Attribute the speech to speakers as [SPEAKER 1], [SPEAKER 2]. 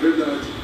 [SPEAKER 1] Verdade.